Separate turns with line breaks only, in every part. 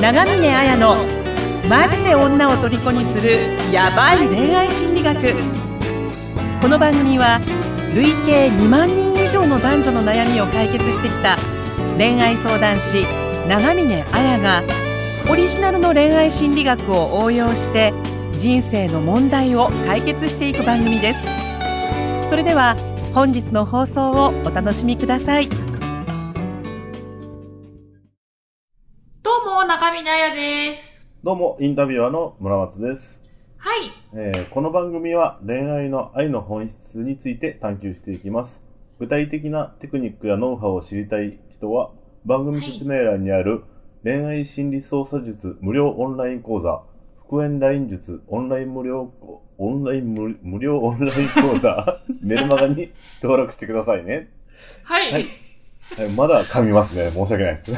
長峰綾のマジで女を虜にするヤバい恋愛心理学この番組は累計2万人以上の男女の悩みを解決してきた恋愛相談師長峰綾がオリジナルの恋愛心理学を応用して人生の問題を解決していく番組ですそれでは本日の放送をお楽しみください
どうも、中身なやです。
どうも、インタビュアーの村松です。
はい。
えーこの番組は恋愛の愛の本質について探求していきます。具体的なテクニックやノウハウを知りたい人は、番組説明欄にある恋愛心理操作術無料オンライン講座、復縁ライン術オンライン無料、オンライン無無料オンライン講座、メルマガに登録してくださいね。
はい。は
はいい、はいまだ噛みますね。申し訳ないです。
い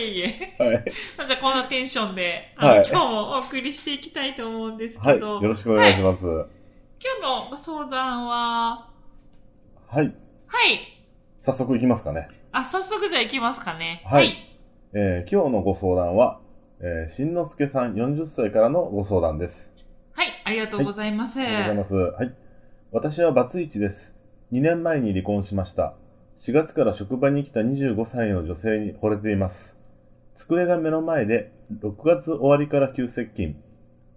え いえ。
はい。
じゃあ、こんなテンションで、あの、
はい
今日もお送りしていきたいと思うんです
は
け
い。
ど、
よろしくお願いします。
今日のご相談は、
はい。
はい。
早速いきますかね。
あ、早速じゃあ行きますかね。
はいえー今日のご相談は、えー、しんのすけさん40歳からのご相談です。
はい。ありがとうございます。
ありがとうございます。はい。私はバツイチです。2年前に離婚しました。4月から職場に来た25歳の女性に惚れています。机が目の前で、6月終わりから急接近。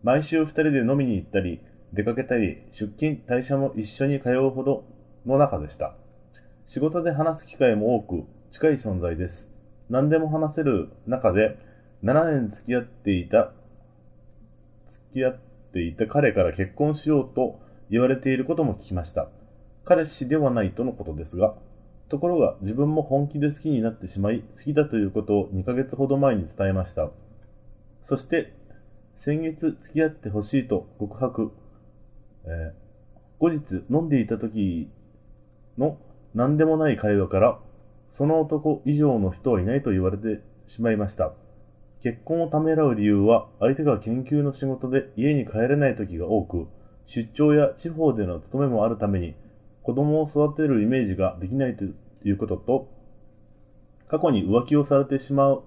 毎週2人で飲みに行ったり、出かけたり、出勤、退社も一緒に通うほどの中でした。仕事で話す機会も多く、近い存在です。何でも話せる中で、7年付き合っていた付き合っていた彼から結婚しようと言われていることも聞きました。彼氏ではないとのことですが、ところが自分も本気で好きになってしまい、好きだということを2ヶ月ほど前に伝えました。そして、先月付き合ってほしいと告白。えー後日飲んでいた時の何でもない会話から、その男以上の人はいないと言われてしまいました。結婚をためらう理由は相手が研究の仕事で家に帰れない時が多く出張や地方での勤めもあるために子供を育てるイメージができないということと過去に浮気をされてしまう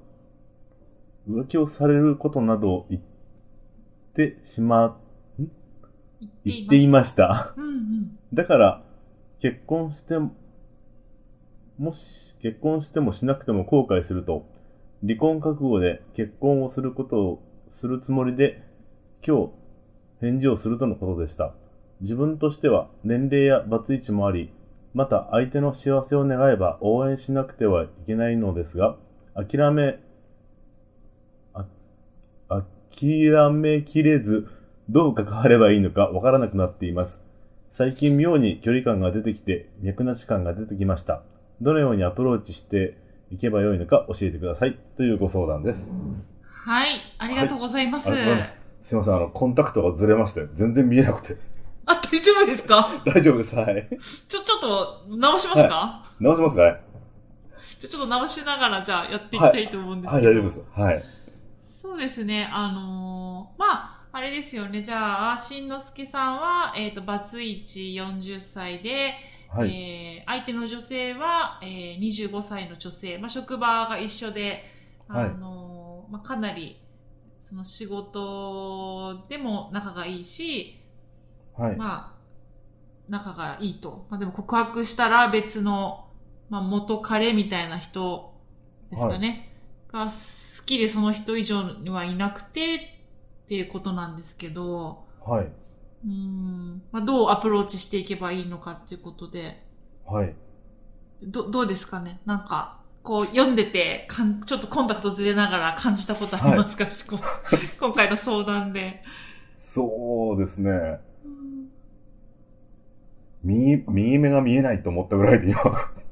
浮気をされることなどを言ってしま言ってい
す。
ました
うんうん。
だから、結婚しても、もし、結婚してもしなくても後悔すると、離婚覚悟で結婚をすることを、するつもりで、今日、返事をするとのことでした。自分としては、年齢やバツイチもあり、また相手の幸せを願えば応援しなくてはいけないのですが、諦め、あ、諦めきれず、どう関わればいいのかわからなくなっています。最近妙に距離感が出てきて、脈なし感が出てきました。どのようにアプローチしていけばよいのか教えてください。というご相談です。
はい。ありがとうございます。
ありがとうございます。すいません、あの、コンタクトがずれまして、全然見えなくて。
あ大丈夫ですか
大丈夫です。はい。
ちょ、ちょっと、直しますか、
直しますかね
じゃあちょっと直しながら、じゃあやっていきたいと思うんです
は
け
い、
ど。
大丈夫です。はい。
そうですね、あのーまあ、あれですよね、じゃあ、しんのすけさんは、えっ、と、バツイチ40歳で、
はい。
えー相手の女性は、えー、25歳の女性、まあ、職場が一緒で、あのーまあ、かなり、その仕事でも仲がいいし、
はい。
まあ、仲がいいと。まあ、でも告白したら別の、まあ、元彼みたいな人ですかね。が好きでその人以上にはいなくてっていうことなんですけど、
はい。
うーん、まあ、どうアプローチしていけばいいのかっていうことで、
はい。
ど、どうですかねなんか、こう読んでてかん、ちょっとコンタクトずれながら感じたことありますか、こう 今回の相談で。
そうですね。右、右目が見えないと思ったぐらいで今、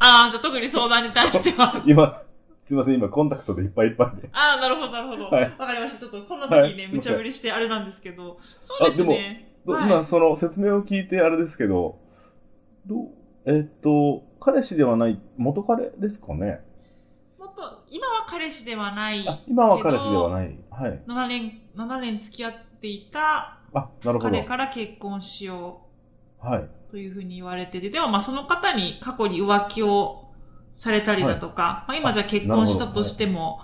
ああ、じゃあ特に相談に対しては。
今、すいません、今コンタクトでいっぱいいっぱいで。
ああ、なるほど、なるほど。わ、
はい
かりました。ちょっとこんな
は
時
い
に
すい
ね、
ません
無茶ぶりしてあれなんですけど。そうですね。
ど
はい
今その説明を聞いてあれですけど、どうえっと、彼氏ではない、元彼ですかね。
もっと、今は彼氏ではない、
あ今は彼氏ではない。はい。
7年、7年付き合っていた
あ、なるほど。
彼から結婚しよ
はい。
うというふうに言われてて、でもまあその方に過去に浮気をされたりだとか、まあ今じゃあ結婚したとしても、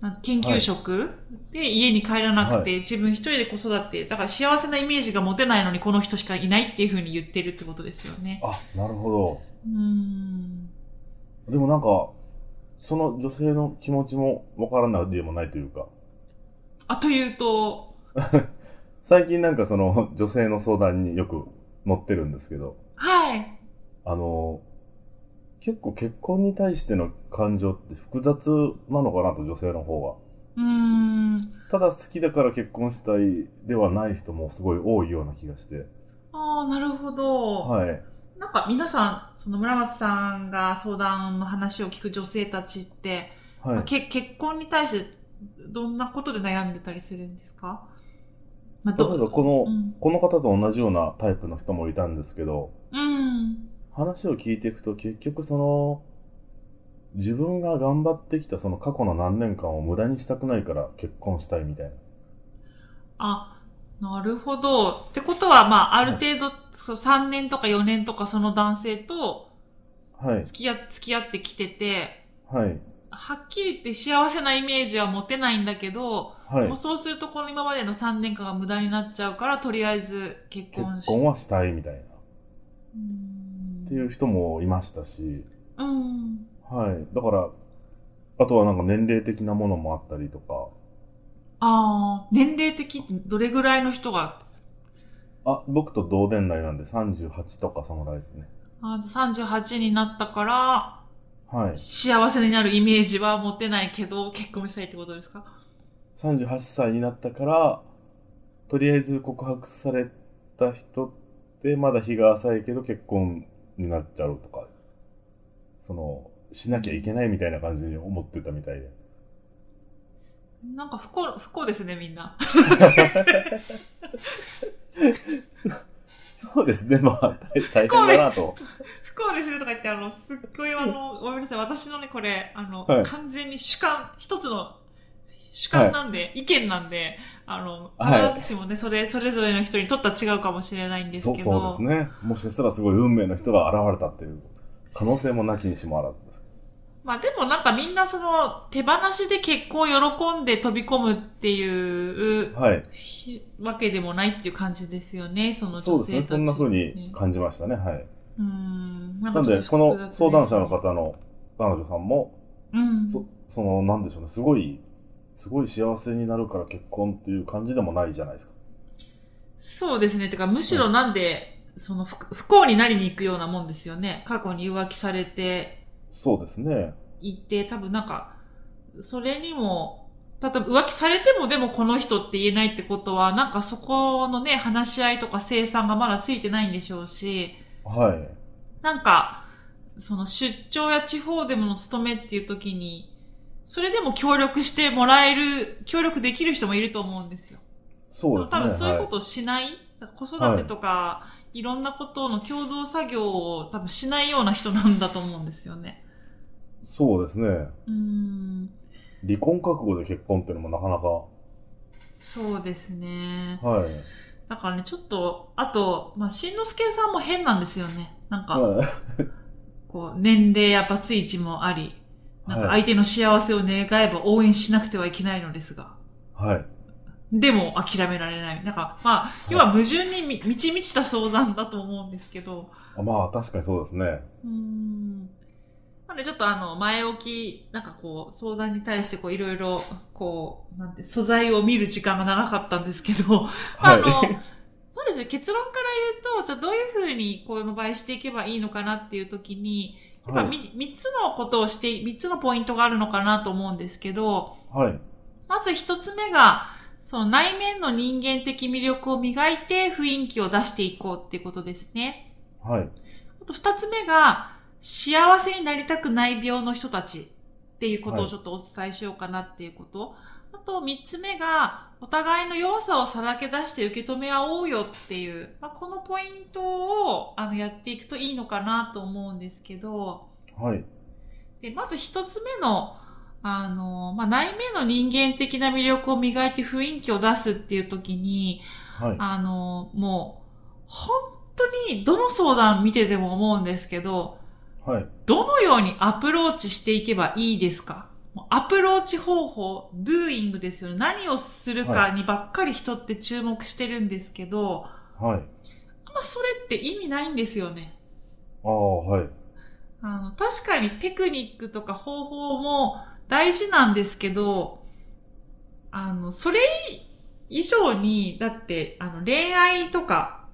なんか研究職で家に帰らなくて、自分一人で子育て、だから幸せなイメージが持てないのにこの人しかいないっていうふうに言ってるってことですよね。
あ、なるほ
うーん。
ど。でもなんか、その女性の気持ちもわからないでもないというか、
あ、というと、
最近なんかその女性の相談によく乗ってるんですけど、
はい。
あの、結構結婚に対しての感情って複雑なのかなと女性の方が。
うーん。
ただ好きだから結婚したいではない人もすごい多いような気がして。
ああ、なるほど。
はい。
なんか皆さん、その村松さんが相談の話を聞く女性たちって、
はい。
け結婚に対してどんなことで悩んでたりするんですか、まあ、ど
例えばこの
うん、
この方と同じようなタイプの人もいたんですけど、
うん。
話を聞いていくと結局その、自分が頑張ってきたその過去の何年間を無駄にしたくないから結婚したいみたいな。
あ、なるほど。ってことは、まあ、ある程度、そう3年とか4年とかその男性と
はい。
付き合付き合ってきてて、
はい。
はっきり言って幸せなイメージは持てないんだけど、
はい
もう。そうするとこの今までの3年間が無駄になっちゃうから、とりあえず結
結
婚し
婚はしたいみたいな。っ
うん
ていう人もいましたし、
うん。
はい。だから、あとはなんか年齢的なものもあったりとか、
ああ、年齢的ってどれぐらいの人が、
あ、僕と同年代なんで38とかそのぐらいですね。
あ38になったから、
はい。
幸せになるイメージは持てないけど、結婚したいってことですか
38歳になったから、とりあえず告白された人ってまだ日が浅いけど結婚になっちゃうとか、その、しなきゃいけないみたいな感じに思ってたみたいで。
なんか不幸、不幸ですね、みんな。
そうですね、まあ、大大変だなと。
不幸ですよとか言って、あの、すっごいあの、ごめんなさい、私のね、これ、あの、
はい
完全に主観、一つの主観なんで、意見なんで、あの、
はい
必ずしもね、それ、それぞれの人にとったら違うかもしれないんです
そ
け
う
ど、
そうですね。もしかしたらすごい運命の人が現れたっていう可能性もなきにしもあらずです。
まあでもなんかみんなその手放しで結婚を喜んで飛び込むっていう
はい。
ひわけでもないっていう感じですよね、その
そ
女
うです
性
ね。
たちって
そ
ね。
んな風に感じましたね。はい。
うん。な
なんで、この相談者の
方。
方の彼女さんも、
うん。
そその、なんでしょうね、すごい、すごい幸せになるから結婚っていう感じでもないじゃないですか。
そうですね。てか、むしろなんで、その不不幸になりに行くようなもんですよね。過去に浮気されて
そうですね。
いて、多分なんか、それにも、例えば浮気されてもでもこの人って言えないってことは、なんかそこのね、話し合いとか生産がまだついてないんでしょうし、
はい。
なんか、その出張や地方でもの勤めっていう時に、それでも協力してもらえる、協力できる人もいると思うんですよ。
そうですね。
多分そういうこ
は
とをしない、子育てとか、い、ろんなことの共同作業を多分しないような人なんだと思うんですよね。
い、そうですね。
うーん、
離婚覚悟で結婚っていうのもなかなか、
そうですね。
はい。
だからね、ちょっと、あと、まあ、しんのすけさんも変なんですよね。なんか、
はい
こう、年齢やバツイチもあり、なんか
はい
相手の幸せを願えば応援しなくてはいけないのですが。
はい。
でも諦められない。なんか、まあ、要は矛盾にみ満ち満ちた相談だと思うんですけど。
あまあ、確かにそうですね。
うーん。なのでちょっとあの、前置き、なんかこう、相談に対してこう、いろいろ、こう、なんて、素材を見る時間が長かったんですけど、あの、
はい。
そうですね、結論から言うと、じゃあどういうふうにこの場合していけばいいのかなっていう時に、やっぱ
はい。
み三つのことをして、三つのポイントがあるのかなと思うんですけど、
はい。
まず一つ目が、その内面の人間的魅力を磨いて雰囲気を出していこうっていうことですね。
はい。
あと二つ目が、幸せになりたくない病の人たちっていうことを
はい
ちょっとお伝えしようかなっていうこと。あと三つ目が、お互いの弱さをさらけ出して受け止め合おうよっていう、まあ、このポイントをあのやっていくといいのかなと思うんですけど、
はい。
で、まず一つ目の、あの、まあ、内面の人間的な魅力を磨いて雰囲気を出すっていう時に、
はい。
あの、もう、本当にどの相談見てても思うんですけど、
はい。
どのようにアプローチしていけばいいですかもうアプローチ方法、doing ですよね。何をするかにばっかり人って注目してるんですけど、
はい。
あんまそれって意味ないんですよね。
ああ、はい。
あの、確かにテクニックとか方法も大事なんですけど、あの、それ以上に、だって、あの、恋愛とか、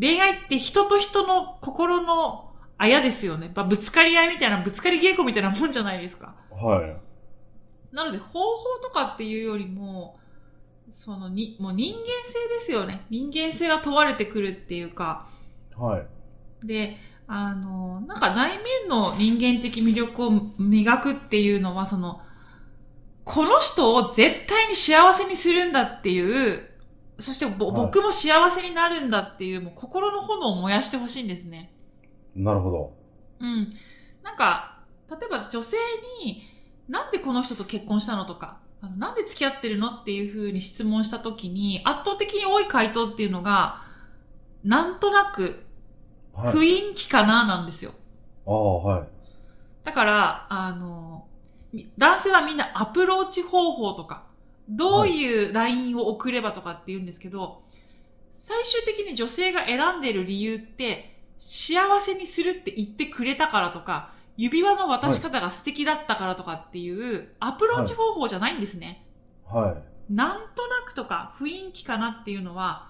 恋愛って人と人の心のあやですよね。まあぶつかり合いみたいな、ぶつかり稽古みたいなもんじゃないですか。
はい。
なので、方法とかっていうよりも、そのに、もう人間性ですよね。人間性が問われてくるっていうか、
はい。
で、あの、なんか内面の人間的魅力を磨くっていうのは、その、この人を絶対に幸せにするんだっていう、そしてぼ、
はい
僕も幸せになるんだっていう、もう心の炎を燃やしてほしいんですね。
なるほど。
うん。なんか、例えば女性に、なんでこの人と結婚したのとか、あのなんで付き合ってるのっていうふうに質問したときに、圧倒的に多い回答っていうのが、なんとなく、
はい。
雰囲気かななんですよ。
ああ、はい。
だから、あの、み男性はみんなアプローチ方法とか、どういうラインを送ればとかって言うんですけど、最終的に女性が選んでる理由って、幸せにするって言ってくれたからとか、指輪の渡し方が素敵だったからとかっていう、アプローチ方法じゃないんですね。
はい。
なんとなくとか雰囲気かなっていうのは、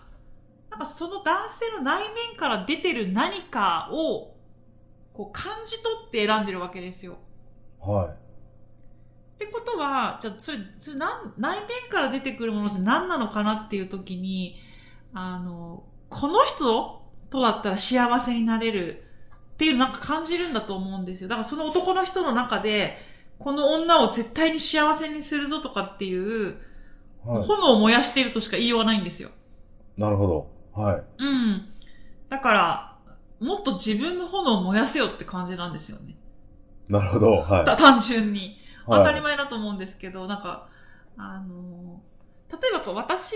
なんかその男性の内面から出てる何かを、こう感じ取って選んでるわけですよ。
は
ってことは、じゃあそれ、それなん内面から出てくるものって何なのかなっていう時に、あの、この人とだったら幸せになれるっていうなんか感じるんだと思うんですよ。だからその男の人の中で、この女を絶対に幸せにするぞとかっていう、
い。はい。
炎を燃やしているとしか言いようがないんですよ。
なるほど。はい。
うん。だから、もっと自分の炎を燃やせよって感じなんですよね。
なるほど。はい。
た単純に。
はい
当たり前だと思うんですけど、なんか、あの、例えばこう私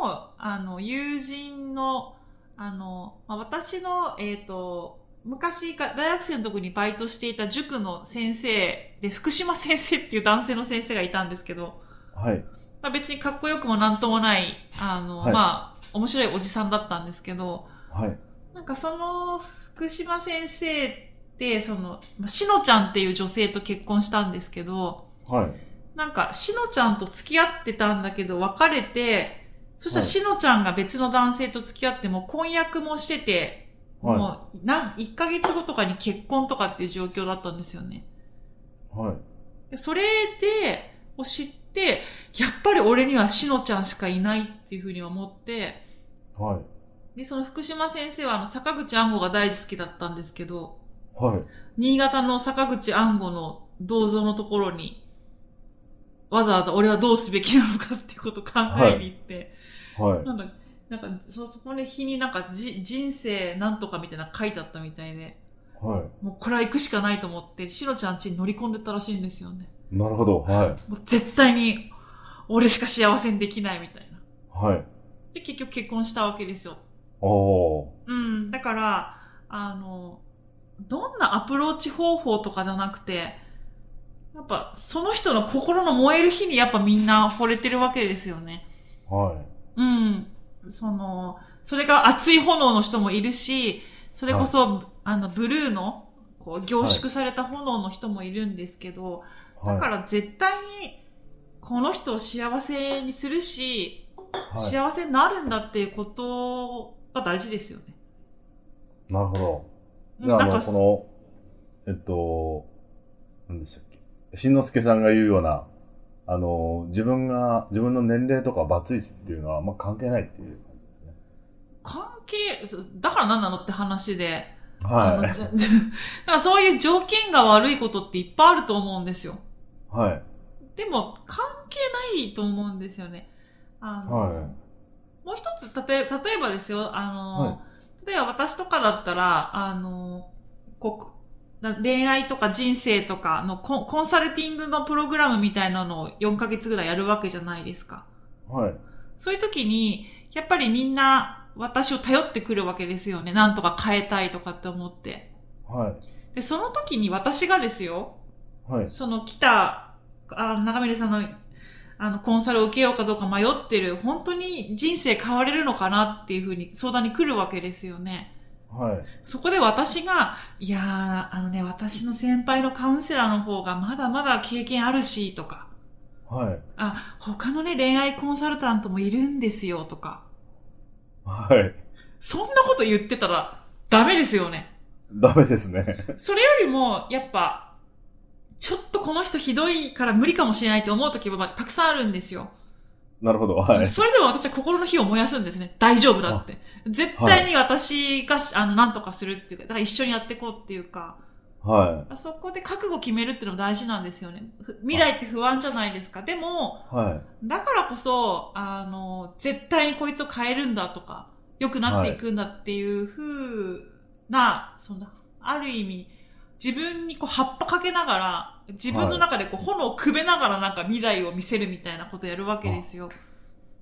の、あの、友人の、あの、まあ、私の、えっ、と、昔か、大学生の時にバイトしていた塾の先生で、福島先生っていう男性の先生がいたんですけど、
はい。
まあ、別にかっこよくもなんともない、あの、
はい
まあ、面白いおじさんだったんですけど、
はい。
なんかその福島先生って、その、まあしのちゃんっていう女性と結婚したんですけど、
はい。
なんかしのちゃんと付き合ってたんだけど別れて、そしたら
は
し
い
のちゃんが別の男性と付き合ってもう婚約もしてて、
は
もう何、1ヶ月後とかに結婚とかっていう状況だったんですよね。
い。はい。
でそれで、を知って、やっぱり俺にはしのちゃんしかいないっていうふうに思って、
はい。
で、その福島先生はあの坂口安吾が大好きだったんですけど、
はい。
新潟の坂口安吾の銅像のところに、わざわざ俺はどうすべきなのかっていうことを考えに行って、
はい。
なんだ、なんか、そ、そこで日になんかじ、人生なんとかみたいなの書いてあったみたいで、
は
もうこれは行くしかないと思って、しのちゃん家に乗り込んでったらしいんですよね。
い。なるほど。はい。
もう絶対に、俺しか幸せにできないみたいな。
はい。
で、結局結婚したわけですよ。
おー。
うん、だから、あの、どんなアプローチ方法とかじゃなくて、やっぱその人の心の燃える火にやっぱみんな惚れてるわけですよね。
は
うん。その、それが熱い炎の人もいるし、それこそ、あの、ブルーの、こう、凝縮された炎の人もいるんですけど、
い。はい。
だから絶対に、この人を幸せにするし、
は
幸せになるんだっていうことが大事ですよね。
い。なるほど。
うん
じゃあ、
な
あ
ん
の、
か
この、えっと、何でしたっけ。しんのすけさんが言うような、あの、自分が、自分の年齢とかバツイチっていうのはあんま関係ないっていう感じですね。
関係、そだから何なのって話で。あ
は
のじゃ だからそういう条件が悪いことっていっぱいあると思うんですよ。
い。はい。
でも、関係ないと思うんですよね。あの
は
もう一つ、たとえ例えばですよ、あの、
は
例えば私とかだったら、あの、こうな恋愛とか人生とかのコンコンサルティングのプログラムみたいなのを4ヶ月ぐらいやるわけじゃないですか。
い。はい。
そういう時に、やっぱりみんな私を頼ってくるわけですよね。なんとか変えたいとかって思って。
はい。
で、その時に私がですよ、
はい。
その来たあ長峰さんのあのコンサルを受けようかどうか迷ってる、本当に人生変われるのかなっていうふうに相談に来るわけですよね。
はい。
そこで私が、いやー、あのね、私の先輩のカウンセラーの方がまだまだ経験あるし、とか、
はい。
あ、他のね、恋愛コンサルタントもいるんですよ、とか、
はい。
そんなこと言ってたらダメですよね。
ダメですね。
それよりも、やっぱ、ちょっとこの人ひどいから無理かもしれないと思う時はまあたくさんあるんですよ。
なるほど。はい。
それでも私は心の火を燃やすんですね。大丈夫だって。絶対に私が、あの、なんとかするっていうか、だから一緒にやっていこうっていうか、
は
あそこで覚悟決めるっていうのも大事なんですよね。ふ未来って不安じゃないですか。でも、
い。はい。
だからこそ、あの、絶対にこいつを変えるんだとか、良くなっていくんだっていう風な、そんな、ある意味、自分にこう葉っぱかけながら、自分の中でこう炎をくべながらなんか未来を見せるみたいなことやるわけですよ。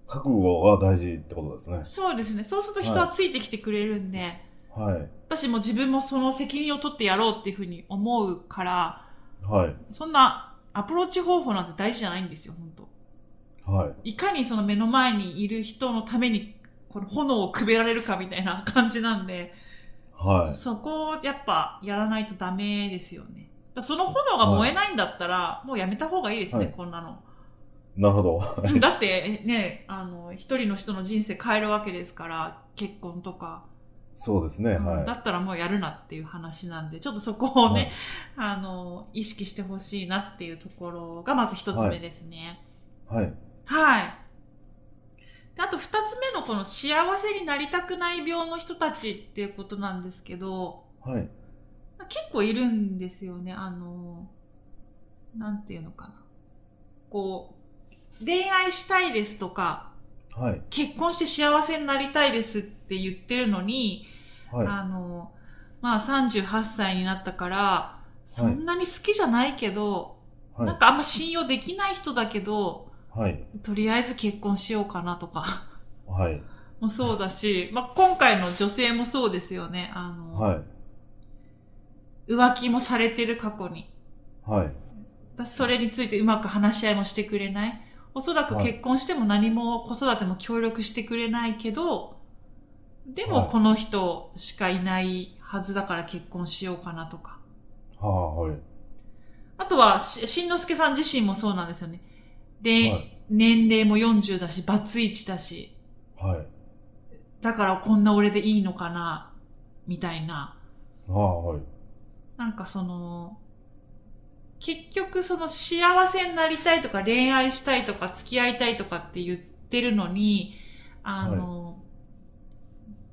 覚悟が大事ってことですね。
そうですね。そうすると人はついてきてくれるんで、
はい。
私も自分もその責任を取ってやろうっていう風に思うから、
はい。
そんなアプローチ方法なんて大事じゃないんですよ、本当
はい。
いかにその目の前にいる人のために、この炎をくべられるかみたいな感じなんで、
はい。
そこをやっぱやらないとダメですよね。だからその炎が燃えないんだったら、もうやめた方がいいですね、
はい
こんなの。
なるほど。
うんだってね、あの、一人の人の人生変えるわけですから、結婚とか、
そうですね。
うんだ
は
ったらもうやるなっていう話なんで、ちょっとそこをね、あの、意識してほしいなっていうところがまず一つ目ですね。
い。はい。
はい。であと二つ目のこの幸せになりたくない病の人たちっていうことなんですけど、
はい。
まあ結構いるんですよね。あの、なんていうのかな。こう、恋愛したいですとか、
はい。
結婚して幸せになりたいですって言ってるのに、
は
あの、まあ38歳になったから、そんなに好きじゃないけど、
い。は
なんかあんま信用できない人だけど、
い。はい。
とりあえず結婚しようかなとか。
はい。
もそうだし、まあ、今回の女性もそうですよね。あの、
はい。
浮気もされてる過去に。
はい。
だそれについてうまく話し合いもしてくれない。おそらく
はい
結婚しても何も子育ても協力してくれないけど、で
は
も
い
この人しかいないはずだから結婚しようかなとか。
はい。
あとはし、しんのすけさん自身もそうなんですよね。で、
はい
年齢も40だし、バツイチだし、
はい。
だからこんな俺でいいのかな、みたいな。
はい。
なんかその、結局その幸せになりたいとか恋愛したいとか付き合いたいとかって言ってるのに、あの、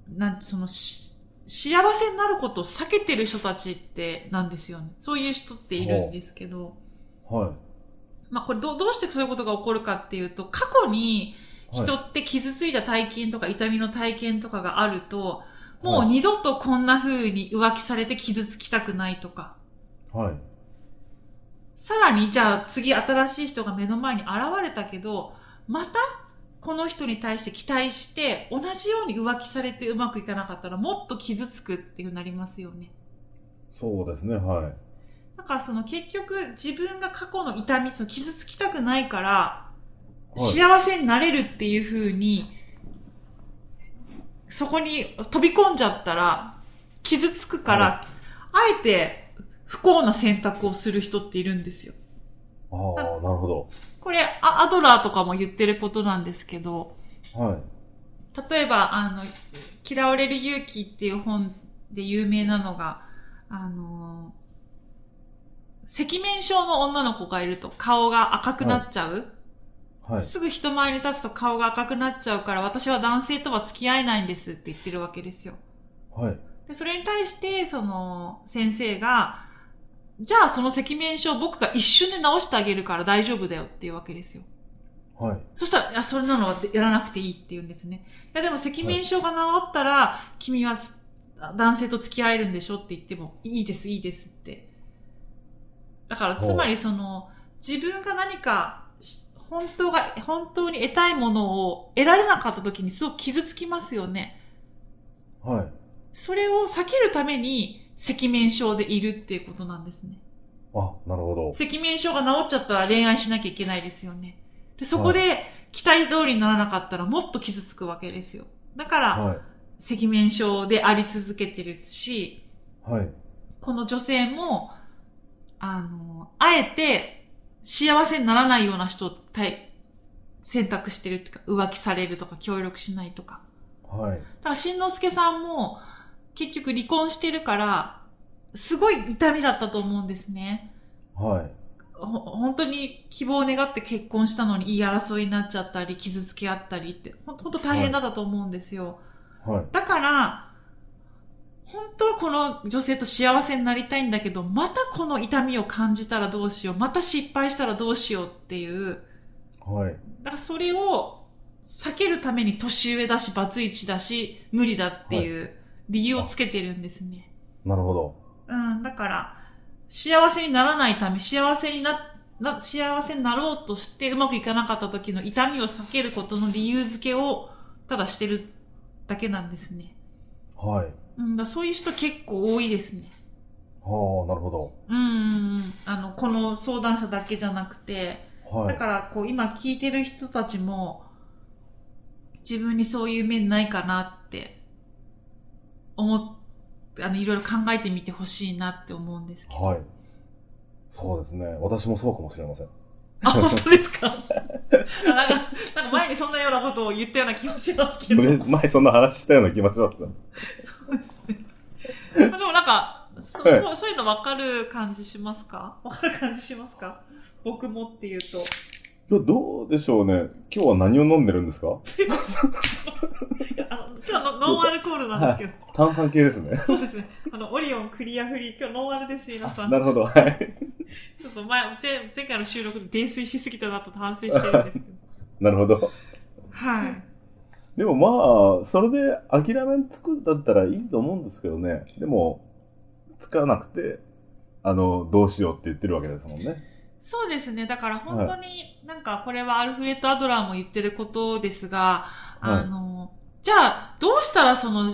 なんてそのし、幸せになることを避けてる人たちってなんですよね。そういう人っているんですけど、
は
まあこれどうどうしてそういうことが起こるかっていうと、過去に
い。はい。
人って傷ついた体験とか痛みの体験とかがあると、もう
はい
二度とこんな風に浮気されて傷つきたくないとか、
はい。
さらに、じゃあ次新しい人が目の前に現れたけど、またこの人に対して期待して、同じように浮気されてうまくいかなかったらもっと傷つくっていうなりますよね。
そうですね。はい。
だからその結局自分が過去の痛み、その傷つきたくないから、幸せになれるっていう風に、そこに飛び込んじゃったら、傷つくから、
は
あえて不幸な選択をする人っているんですよ。
ああ、なるほ
これあアドラーとかも言ってることなんですけど
ど。はい。
例えばあの「嫌われる勇気」っていう本で有名なのがあの赤面症の女の子がいると顔が赤くなっちゃう、
はい。
すぐ人前に立つと顔が赤くなっちゃうから私は男性とは付き合えないんですって言ってるわけですよ
はい。
でそれに対してその先生がじゃあその赤面症僕が一瞬で治してあげるから大丈夫だよっていうわけですよ
はい。
そしたら、いや、それなのはやらなくていいって言うんですね。いや、でも赤面症が治ったら、君はす男性と付き合えるんでしょって言っても、いいです、いいですって。だから、
ほう
つまりその、自分が何かし、本当が、本当に得たいものを得られなかった時にすごく傷つきますよね。
はい。
それを避けるために、赤面症でいるっていうことなんですね。
あ、なるほど。
赤面症が治っちゃったら恋愛しなきゃいけないですよね。でそこで期待通りにならなかったらもっと傷つくわけですよ。だから、
は
赤面症であり続けてるし、
い。はい。
この女性も、あの、あえて幸せにならないような人を対選択してるっていうか、浮気されるとか、協力しないとか。
は
だ
い。
から、しんのすけさんも、結局離婚してるから、すごい痛みだったと思うんですね。
はい。
ほ本当に希望を願って結婚したのに言い争いになっちゃったり、傷つけ合ったりって、ほん本当大変だったと思うんですよ。
はい。
だから、本当はこの女性と幸せになりたいんだけど、またこの痛みを感じたらどうしよう、また失敗したらどうしようっていう、
はい。
だからそれを避けるために年上だし、バツイチだし、無理だっていう理由をつけてるんですね。
なるほど。
うん、だから、幸せにならないため、幸せにな、な、幸せになろうとしてうまくいかなかった時の痛みを避けることの理由付けを、ただしてるだけなんですね。
はい。
うん、だそういう人結構多いですね。
はあ、なるほ
うんうんうん、あの、この相談者だけじゃなくて、
ど。はい。
だからこう今聞いてる人たちも、自分にそういう面ないかなって、思っ、あの、いろいろ考えてみてほしいなって思うんですけど。
はい。そうですね。私もそうかもしれ ません。
あ、本当ですかあなんか、なんか前にそんなようなことを言ったような気もしますけど。
前前そんな話したような気がします。
そうですね。まあ でもなんか、そ
はい
そうそういうの分かる感じしますか分かる感じしますか僕もっていうと。
どどうでしょうね。今日は何を飲んでるんですか
すいません。あの今日のノンアルコールなんですけど。
炭酸系です ね。
そうですね。あの、オリオンクリアフリー、今日ノンアルです、皆さん。
なるほど。はい。
ちょっと前、前前回の収録で泥酔しすぎたなと反省してるんですけど。
なるほど。
はい。
でもまあ、それで諦めつくんだったらいいと思うんですけどね。でも、つかなくて、あの、どうしようって言ってるわけですもんね。
そうですね。だから本当に、なんかこれはアルフレッド・アドラーも言ってることですが、あの、じゃあ、どうしたらその、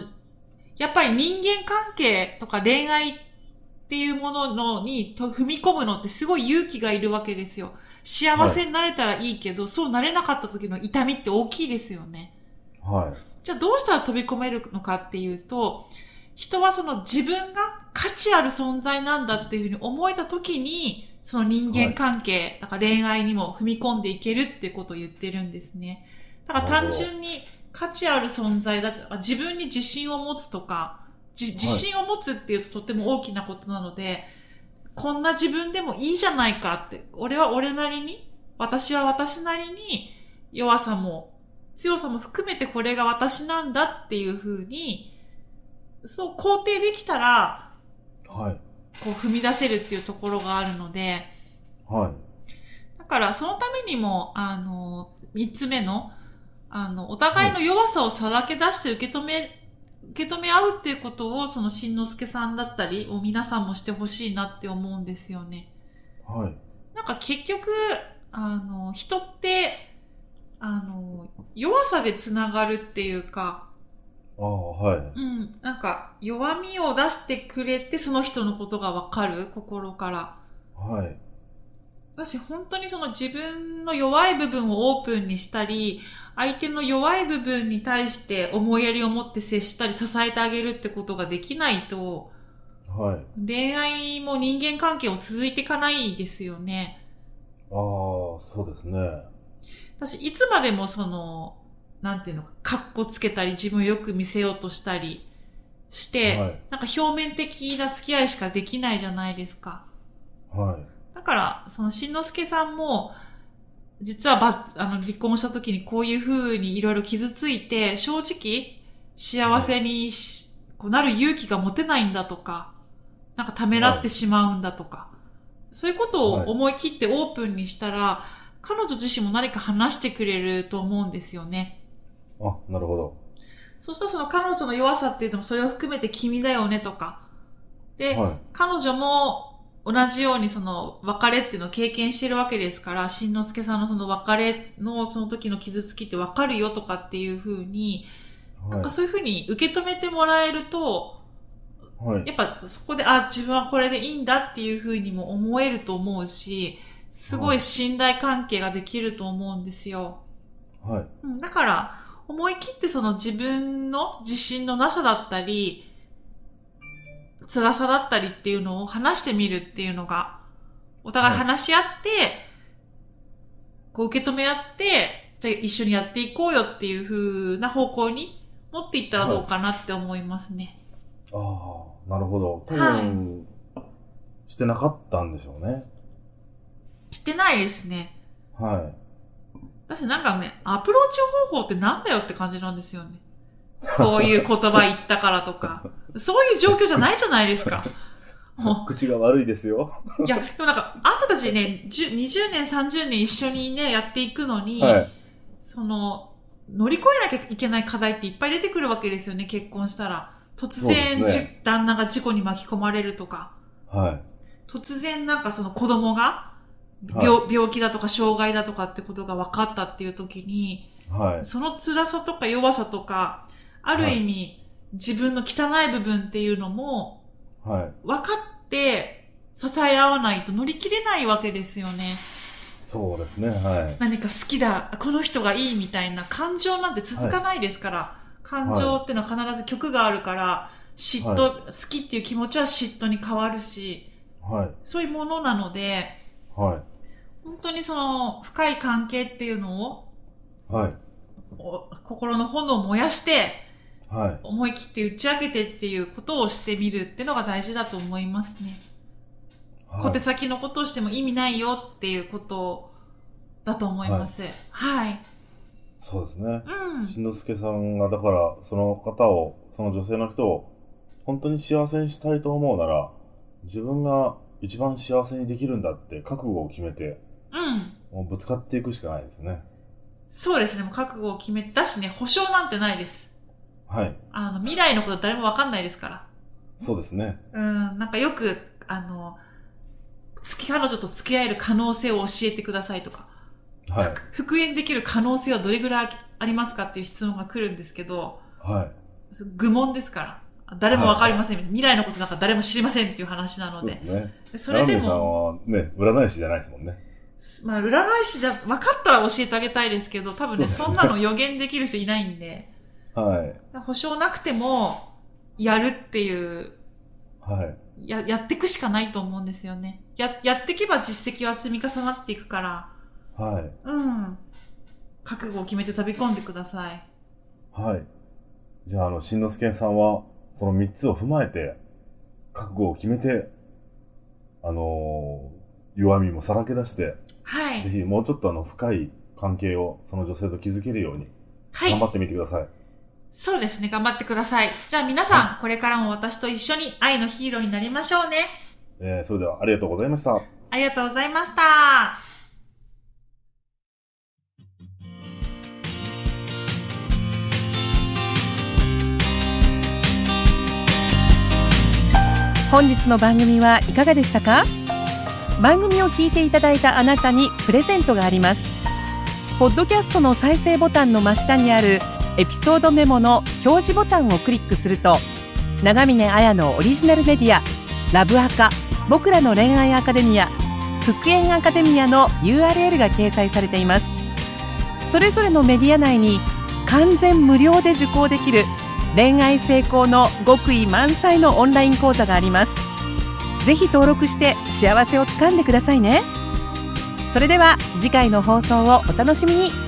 やっぱり人間関係とか恋愛っていうもののにと踏み込むのってすごい勇気がいるわけですよ。幸せになれたらいいけど、そうなれなかった時の痛みって大きいですよね。
は
じゃあどうしたら飛び込めるのかっていうと、人はその自分が価値ある存在なんだっていうふうに思えた時に、その人間関係、だから恋愛にも踏み込んでいけるっていうことを言ってるんですね。だから単純に価値ある存在だから自分に自信を持つとか、じ自信を持つっていうととっても大きなことなので、こんな自分でもいいじゃないかって、俺は俺なりに、私は私なりに、弱さも強さも含めてこれが私なんだっていう風に、そう肯定できたら、
い。はい。
こう踏み出せるっていうところがあるので、
はい。
だからそのためにも、あの、三つ目の、あの、お互いの弱さをさらけ出して受け止め、受け止め合うっていうことを、そのしんのすけさんだったり、を皆さんもしてほしいなって思うんですよね。
はい。
なんか結局、あの、人って、あの、弱さでつながるっていうか、
ああ、はい。
うん、なんか弱みを出してくれてその人のことがわかる心から。
はい。
私本当にその自分の弱い部分をオープンにしたり、相手の弱い部分に対して思いやりを持って接したり支えてあげるってことができないと、
はい。
恋愛も人間関係も続いていかないですよね。
ああ、そうですね。
私いつまでもその、なんていうのか、かっこつけたり自分をよく見せようとしたりして、
はい
なんか表面的な付き合いしかできないじゃないですか。
は
だから、その、しんのすけさんも、実はば、あの、離婚した時にこういう風にいろいろ傷ついて、正直、幸せにしこうなる勇気が持てないんだとか、なんかためらってしまうんだとか、そういうことを思い切ってオープンにしたら、彼女自身も何か話してくれると思うんですよね。
い。あ、なるほど。
そしたらその彼女の弱さっていうのもそれを含めて君だよねとか。で、
は
彼女も同じようにその別れっていうのを経験してるわけですから、しんのすけさんのその別れのその時の傷つきってわかるよとかっていうふうに、
い。
なん
は
かそういうふうに受け止めてもらえると、
はい。
やっぱそこで、あ、自分はこれでいいんだっていうふうにも思えると思うし、すごい信頼関係ができると思うんですよ。
はい。
うん、だから、思い切ってその自分の自信のなさだったり、辛さだったりっていうのを話してみるっていうのが、お互い
はい
話し合って、こう受け止め合って、じゃあ一緒にやっていこうよっていう風な方向に持っていったらどうかなって思いますね。
ああ、なるほど。多
はい
分、してなかったんでしょうね。
してないですね。
は
だしなんかね、アプローチ方法ってなんだよって感じなんですよね。こういう言葉言ったからとか。そういう状況じゃないじゃないですか。
い。口が悪いですよ。
いや、でもなんか、あんたたちね、10 20年、30年一緒にね、やっていくのに、
はい。
その、乗り越えなきゃいけない課題っていっぱい出てくるわけですよね、結婚したら。突然、
そうです
じ旦那が事故に巻き込まれるとか、
はい。
突然なんかその子供が
はい
病,、病気だとか障害だとかってことが分かったっていう時に、
はい。
その辛さとか弱さとか、ある意味、自分の汚い部分っていうのも
はい。
分かって支え合わないと乗り切れないわけですよね。
そうですね。はい。
何か好きだ、この人がいいみたいな感情なんて続かないですから、感情ってのは必ず曲があるから、嫉妬、
は
好きっていう気持ちは嫉妬に変わるし、
はい。
そういうものなので、
は
本当にその深い関係っていうのを
い。はい。
お心の炎を燃やして
はい。
思い切って打ち明けてっていうことをしてみるってのが大事だと思いますね。小手先のことをしても意味ないよっていうことだと思います。はい。
そうですね。
うん。
しんのすけさんが、だから、その方を、その女性の人を、本当に幸せにしたいと思うなら、自分が一番幸せにできるんだって覚悟を決めて、
うん。
もうぶつかっていくしかないですね。
そうですね。もう覚悟を決めたしね、保証なんてないです。
はい。
あの、未来のこと誰もわかんないですから。
そうですね。
うん。なんかよく、あの、付き彼女と付き合える可能性を教えてくださいとか、
はい。
復縁できる可能性はどれぐらいありますかっていう質問が来るんですけど、
はい。
愚問ですから。誰もわかりません。未来のことなんか誰も知りませんっていう話なの
そうです
で。
ね。
それで
ラーメンさん
も、
はね、占い師じゃないですもんね。
まあ、占い師だ、分かったら教えてあげたいですけど、多分ね、
そうです
そ
ね
んなの予言できる人いないんで、
はい。
保証なくても、やるっていう、
はい。
や、やっていくしかないと思うんですよね。や、やっていけば実績は積み重なっていくから、
はい。
うん。覚悟を決めて飛び込んでください。
はい。じゃあ、あの、しんのすけさんは、その3つを踏まえて、覚悟を決めて、あのー弱みもさらけ出して、
は
ぜ
い。
ひもうちょっとあの、深い関係をその女性と築けるように、
は
頑張
い。
ってみてください。
そうですね、頑張ってください。じゃあ皆さん、これからも私と一緒に愛のヒーローになりましょうね。
えー、それではありがとうございました。
ありがとうございました。
本日の番組はいかがでしたか番組を聞いていただいたあなたにプレゼントがありますポッドキャストの再生ボタンの真下にあるエピソードメモの表示ボタンをクリックすると長峰綾のオリジナルメディアラブアカ僕らの恋愛アカデミア復縁アカデミアの URL が掲載されていますそれぞれのメディア内に完全無料で受講できる恋愛成功の極意満載のオンライン講座がありますぜひ登録して幸せをつかんでくださいねそれでは次回の放送をお楽しみに